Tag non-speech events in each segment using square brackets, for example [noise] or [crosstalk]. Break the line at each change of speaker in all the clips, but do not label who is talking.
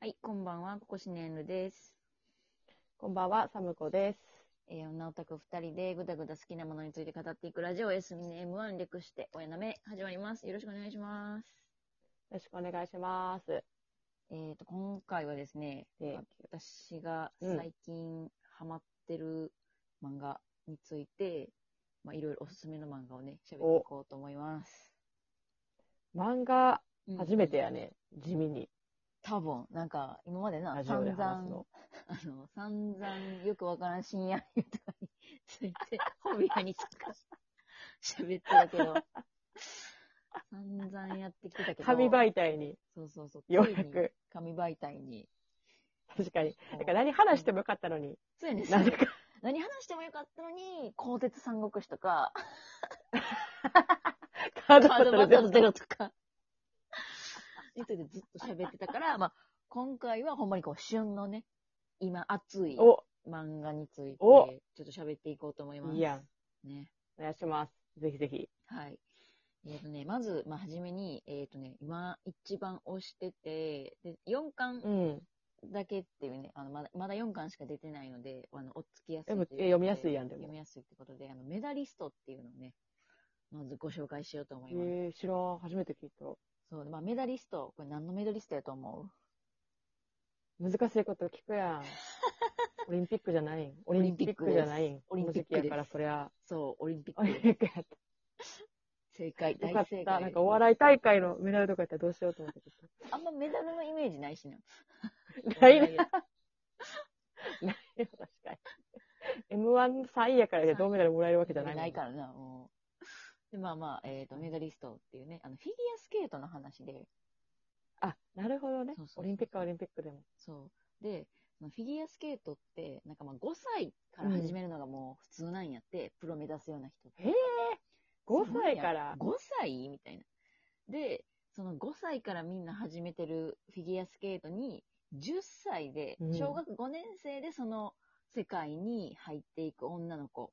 はい、こんばんは、ここしねんるです。
こんばんは、サムコです。
えー、女オタク二人でぐだぐだ好きなものについて語っていくラジオ、おやすみね M1 略して、おやなめ、始まります。よろしくお願いします。
よろしくお願いします。
えっ、と、今回はですね、
で
私が
うん
最近ハマってる漫画について、まあ、いろいろおすすめの漫画をね、喋っていこうと思います。
漫画、
うん
初めてや。ね、地味に。
多分、なんか、今までな、
ラジ
散
オで
々、
話すの。
あの、散々よくわからん深夜とかについて、本屋にとか喋ってたけど、散々やってきてたけど、
紙媒体に、
そうそうそう、
ようや
ついに
く。
紙媒体に。
確かに。
こう
なんか何話してもよかったのに、
そうやね
なぜか。
何話してもよかったのに、鋼鉄三国志とか、
カ
カ
ードバ
ー
ト
ド
ル
バ
で
トルゼロとか、についてずっと喋ってたから、まあ、今回はほんまにこう、旬のね、今熱い
お、
漫画について、ちょ
お
っと喋っていこうと思います。
いいやん。
ね。
お願いします。ぜひぜひ。
はい。えっ、とね、まず、まあ、はじめに、えっ、とね、今、一番推してて、で、4巻
うん。
だけっていうね、あの、まだ、まだ4巻しか出てないので、あの、おっつきやすい
でも
とうことで
え読みやすいやんでも
読みやすいってことで、あの、メダリストっていうのをね、まずご紹介しようと思います。
えー、知らん。初めて聞いた。
そう、でまあ、メダリスト、これ何のメダリストやと思う
難しいこと聞く [laughs] やん。オリンピックじゃないん。オ
リ
リ
ン
ン
ピ
ピ
ッ
ッ
クです
クじゃないん。
オリンピックです
この時期やから、そりゃ。
そう、オリンピッ
オリ
ク
ン。ピックやっ
正解、
た。
大
よかっ
正解。
た。なんかお笑い大会のメダルとかやったらどうしようと思ってた。
あんまメダルのイメージないしな。
[laughs] ないな。 [laughs] 確かに。M13 位やから銅メダルもらえるわけじゃないもんね
からな、もう。で、まあまあ、えっ、と、メダリストっていうね、あの、フィギュアスケートの話で、
あ、なるほどね
そうそう。そう
オリンピックはオリンピックでも。
そう。で、そのフィギュアスケートって、なんかまあ5歳から始めるのがもう普通なんやって、プロ目指すような人って。
へえ5歳から。
5歳みたいな。で、その5歳からみんな始めてるフィギュアスケートに、10歳で
う、ん
小学5年生でその世界に入っていく女の子、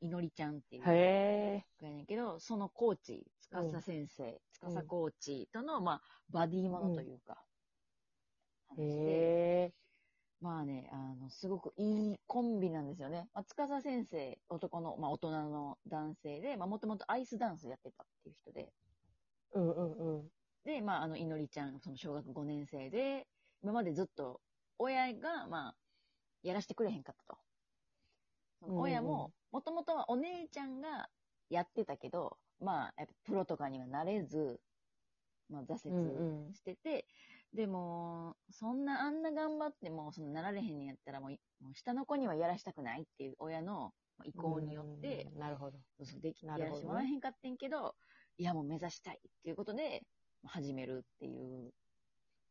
いのりちゃんっていう。
へえ
やねんけど、そのコーチ、司先生、司コーチとの、まあ、バディものというか、
へ
話で
え
まあね、あの、すごくいいコンビなんですよね。まあ、司先生、男の、まあ、大人の男性で、まあ、もともとアイスダンスやってたっていう人で、
うんうんうん。
で、まあ、あの、いのりちゃん、その小学5年生で、今までずっと、親が、まあ、やらしてくれへんかったと。その親も、もともとはお姉ちゃんがやってたけど、まあ、やっぱプロとかにはなれず、まあ、挫
うん
折
うん。
してて、でも、そんな、あんな頑張っても、その、なられへんにやったらもうい、もう下の子にはやらしたくないっていう親のまあ意向によって、
うん、なるほど。
そうそうでき
な
や
る
ら
ほど
し
ね
てもらえへんかってんけど、いやもう目指したいっていうことで、始めるっていう、もう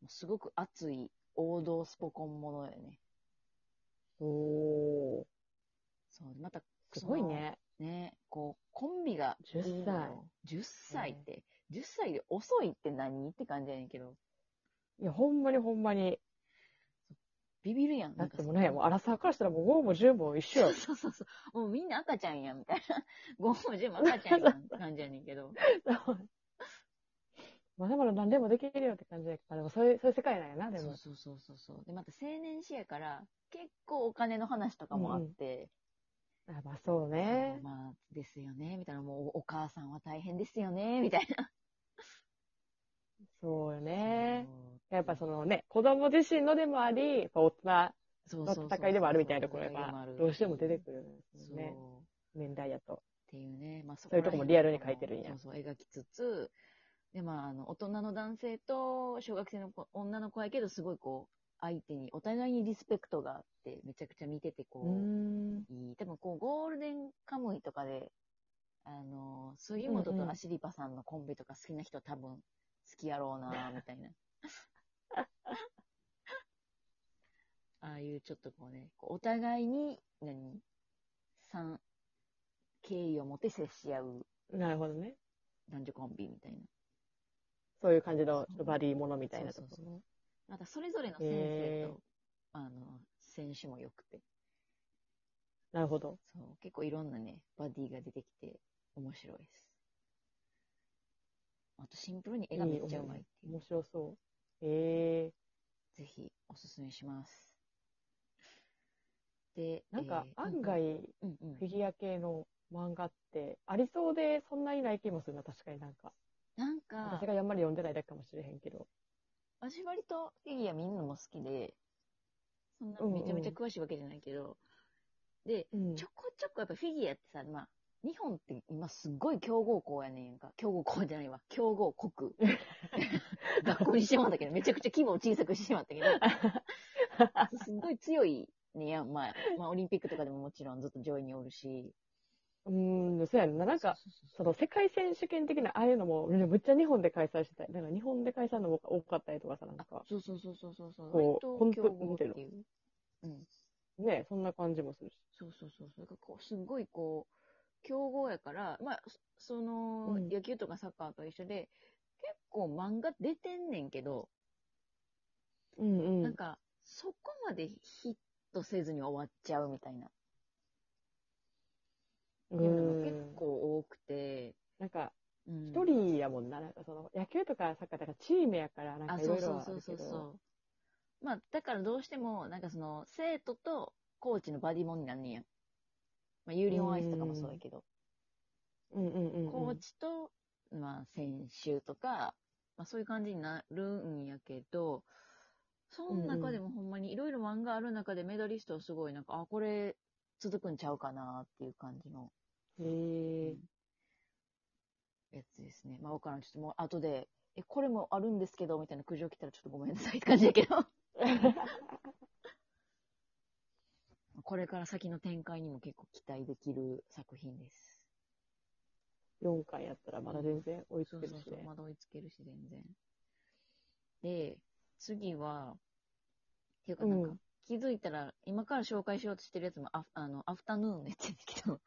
すごく熱い王道スポコンものよね。
おー。
そう、また、
すごいね。
その。ね、こう、コンビがいいのよ。10歳って、10歳で遅いって何って感じやねんけど、
いや、ほんまにほんまに。
ビビるやん。
だってもう
な
ね、
ん
もう
か
アラサーからしたらもう5も10も一緒よ。
そうそうそう。もうみんな赤ちゃんやん、みたいな。 [laughs] ご本人も赤ちゃんやんって感じやねんけど。
[laughs] まだまだ何でもできるよって感じだけど、でもそういう、そういう世界なんやな、で
そ
も
う。そうそうそうそう。で、また青年誌やから、結構お金の話とかもあって、
あまあそうね。
まあ、ですよね、みたいな、もうおお母さんは大変ですよね、みたいな。
そうよね。やっぱそのね、子供自身のでもあり、やっぱ大人
そう
の戦いでもあるみたいなところが、
戦いでも
や
あ
っぱ
る
どうしても出てくるんです
そう。
よ
っ
ね。年代やと。
ていうね、まあそ
そういうとこもリアルに書いてるんや
そうそう、描きつつ、で、まあ、あの、大人の男性と、小学生の子女の子やけど、すごいこう、相手に、お互いにリスペクトがあって、めちゃくちゃ見てて、こう、
ん。
いい。多分こう、ゴールデンカムイとかで、あの、杉本
うんう
と
ん
アシリパさんのコンビとか好きな人は多分好きやろうな、みたいな。 [laughs] ああいうちょっとこうね、こうお互いに、何三、敬意を持って接し合う
なるほどね。
男女コンビみたいな。
そういう感じのバディものみたいなとこ
そうそう
ろ。
またそれぞれの先生
へー
と、あの、選手も良くて。
なるほど。
そう、結構いろんなね、バディが出てきて、面白いです。あとシンプルに絵がめっちゃうまいっていう。
面白そう。ええ
ぜひおすすめします。で、
なんか
えー
案、外、
うんうんうん
フィギュア系の漫画って、ありそうで、そんなにない気もするな、確かになんか。
なんか
私、があんまり読んでないだけかもしれへんけど。
私割とフィギュアみんなも好きで、そんなめちゃめちゃ詳しいわけじゃないけど、で、
うん
ちょこちょこやっぱフィギュアってさ、まあ、日本って今すっごい強豪校やねんか。強豪校じゃないわ。強豪 [laughs] 国。学校にしてもらったけど、めちゃくちゃ規模を小さくしてしまったけど、すっごい強いねやん、まあ、まあ、オリンピックとかでももちろんずっと上位におるし。
うん、そうやんな。なんか、その世界選手権的な、ああいうのも、むっちゃ日本で開催してたり、なんか日本で開催の方が多かったりとかさ、なんか、
そうそうそうそうそうそう。
こう
割と強豪
本
っ
当
て
に
いう。うん。
ね、そんな感じもするし。
そうそうそう。それがこう、すごいこう、強豪やから、まあ、そその、
うん
野球とかサッカーと一緒で、結構漫画出てんねんけど、
うん
なんか、そこまでヒットせずに終わっちゃうみたいな、
う
いうのが
ん。
結構多くて、
なんか、
うん
一人やもんな、なんかその、野球とかサッカーとかチームやから、なん
あ、
かい
そ
ろ
う
いろ
そう
あ
そう
る
そ
け
う
ど。
そう。まあ、だからどうしても、なんかその、生徒とコーチのバディモンになんねんやん。まあ、ユーリオンアイスとかもそうやけど、
うんうんうんうん。
コーチと、まあ、選手とか、まあ、そういう感じになるんやけど、その中でもほんまにいろいろ漫画ある中でメダリストはすごいなんか、あ、これ続くんちゃうかなっていう感じの
へえ。
やつですね。まあ、わからん。ちょっともう後で、え、これもあるんですけど、みたいな苦情来たらちょっとごめんなさいって感じだけ
[laughs]
ど。これから先の展開にも結構期待できる作品です。
4巻やったらまだ全然追い
そ
つ
う
ける
そう
し
そう。
ね。
まだ追いつけるし、全然。で、次は、っていうかなんか、
うん
気づいたら、今から紹介しようとしてるやつもアフ、あの、アフタヌーンのやつですけど、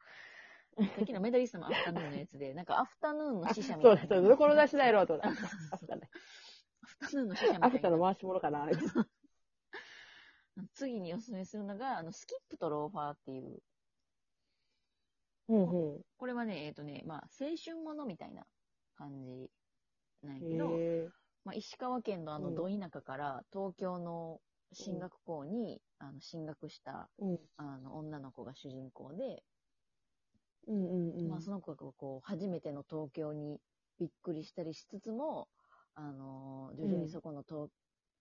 さっきのメダリストもアフタヌーンのやつで、なんかアフタヌーンの死者みたい
[laughs] そ
うな。
そう、どころ出しないろうと思
[laughs]
った。アフタね。
アフタヌーンの死者みたいな。
アフタの回し者
[laughs]
かな、あいつ
次におすすめするのが、あの、スキップとローファーっていう、
うんうん。
これはね、えっ、とね、まあ、青春ものみたいな感じなんやけど、
へえ。
まあ、石川県のあ
う
の、
ん
ど田舎から東京の進学校に、あの、進学した、
うん。
あの、女の子が主人公で、
うんうんうん。
まあ、その子がこう、初めての東京にびっくりしたりしつつも、あの、徐々にそこの東、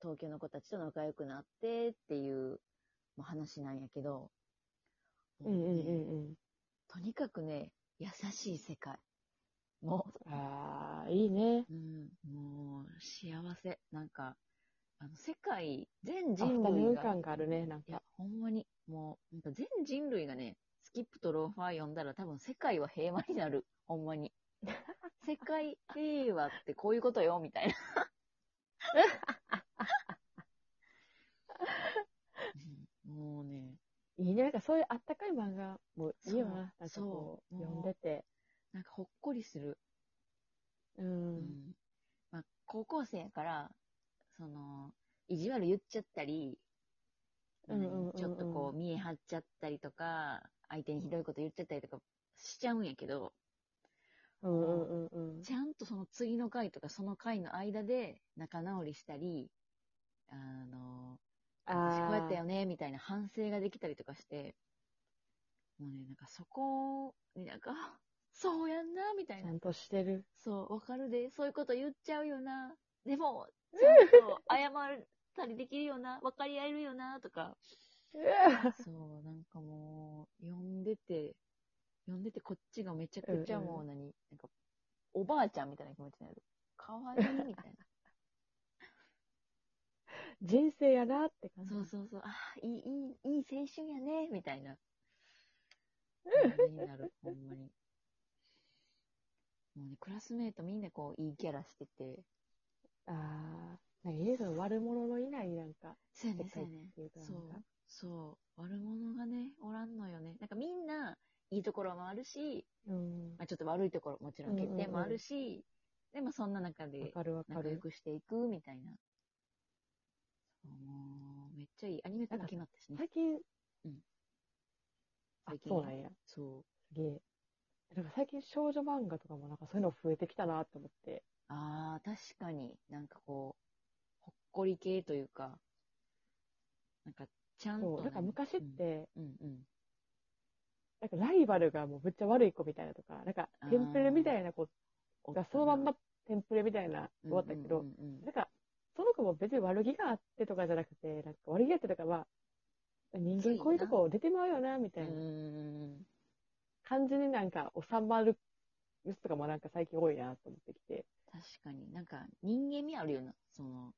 東京の子たちと仲良くなってっていう、まあ、話なんやけど、
うんうん
もね
うんうん。
とにかくね、優しい世界。も
ああ、いいね。
う、うん、もう、幸せ。なんか、あの、世界、全
アフ
人
タヌー
類
ン
が、
感があるね、なん
い
か
や。、ほんまに、もう、なんか全人類がね、スキップとローファー読んだら多分世界は平和になる。ほんまに。 [laughs] 世界平和ってこういうことよ、みたいな。 [laughs] うんもうね、
いいね、なんかそういうあったかい漫画もいいよな。なんか
そう
こう、
そう
読んでて。
なんかほっこりする。う
う。
んんまあ、高校生やから、その、意地悪言っちゃったり、
うんうんうんうん
ちょっとこう、見え張っちゃったりとか、相手にひどいこと言っちゃったりとかしちゃうんやけど、
うんうんうんうん。
ちゃんとその次の回とかその回の間で仲直りしたり、あの、私こうやったよね、みたいな反省ができたりとかして、もうね、なんかそこになんか、そうやんな、みたい
ち
な
ゃ。んとしてる。 [laughs]
そう、わかるで。そういうこと言っちゃうよな。でも、ちゃんと謝ったりできるよな。分かり合えるよな、とか。 [laughs] そう、なんかもう、呼んでて、呼んでてこっちがめちゃくちゃ
うんうん
もう何、なんか、おばあちゃんみたいな気持ちになる。かわいい、みたいな。
人生やなって感
[laughs]
じ。
そうそうそう、あーいい、いい、いい青春やね、みたいな。感じになる、ほんまに。もうね、クラスメートみんなこう、いいキャラしてて。
ああ、なんかいいね、その悪者のいないなんか、
そうや
世
ね、そう
界っ
やね。
ていうか、なん
そ
か
う。、そう。悪者がね、おらんのよね。なんかみんな、いいところもあるし、
うん。
まあ、ちょっと悪いところ、もちろん欠点もあるし、でもそんな中
わ
で
かるわか
仲良
る。
くしていくみたいな。そうもう、めっちゃいい。アニメ化も決まったしね。
最近、あ
最、近
そうなんや。
そう。
すげえ。なんか最近少女漫画とかもなんかそういうの増えてきたなと思って。
ああ、確かになんかこう、ほっこり系というか、なんか、ちゃんとね。
そう、なんか昔って、
うん、うんうん。
なんかライバルがもうぶっちゃ悪い子みたいなとか、なんか
あー
テンプレみたいな子
おった
が
な
そのまんまテンプレみたいな子だったけど
うん、うんうんうん
なんか、その子も別に悪気があってとかじゃなくて、なんか悪気があってとかは、人間こういうとこ出てまうよな、みたいな
うん
感じになんか収まるミスとかもなんか最近多いなと思ってきて。
確かになんか人間味あるよな、その。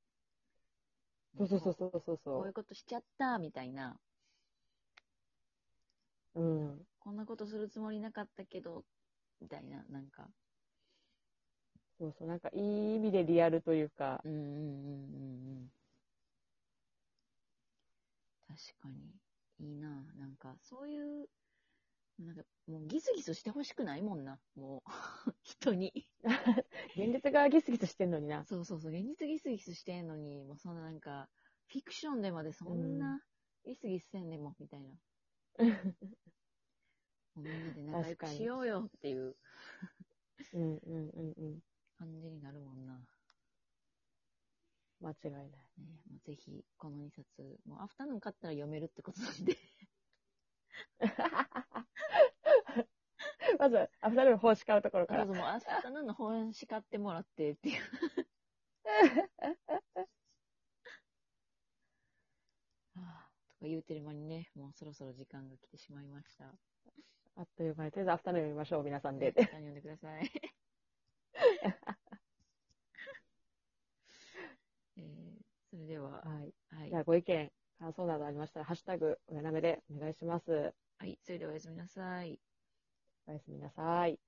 そうそうそうそうそう
こ
そう
いうことしちゃった、みたいな。
う。うん。
こんなことするつもりなかったけど、みたいな、なんか。
そうそう、なんかいい意味でリアルというか、
うんうんうんうんうん。確かに。いいな。なんか、そういう、なんか、もうギスギスしてほしくないもんな。もう、 [laughs] 人に。
現実がギスギスしてんのに [laughs] な。
そうそうそう、現実ギスギスしてんのに、もうそんななんか、フィクションでまでそん
う
な、ギスギスせんでも、みたいな。もうみんなで仲良
確
く
かに
しようよっていう
うんうんうんうん。
感じになるもんな。
間違いない。
ね、もうぜひ、この2冊、もうアフタヌーン買ったら読めるってこと
[laughs]
なんで、
まず、アフタヌーン本誌買うところ
ど
か
う
ら。
ぞもうアフタヌーンの本し買ってもらって
[laughs]
っていう。はあとか言うてる間にね、もうそろそろ時間が来てしまいました。
あっという間に、とりあえずアフタヌーン見ましょう、皆さんで。
皆さん読んでくださ
[laughs]
い。 [laughs] えーそれでは、
はい。
はい
じゃ。あ、ご意見、感想などありましたら、ハッシュタグ、おやなめでお願いします。
はい、それではおやすみなさい。
おやすみなさい。